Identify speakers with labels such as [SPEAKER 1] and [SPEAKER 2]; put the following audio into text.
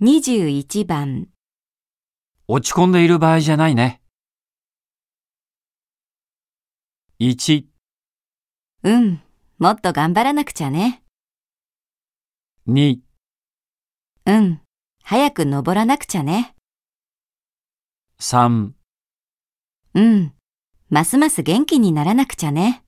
[SPEAKER 1] 21番、
[SPEAKER 2] 落ち込んでいる場合じゃないね。1、
[SPEAKER 1] うん、もっと頑張らなくちゃね。
[SPEAKER 2] 2、
[SPEAKER 1] うん、早く登らなくちゃね。
[SPEAKER 2] 3
[SPEAKER 1] うん、ますます元気にならなくちゃね。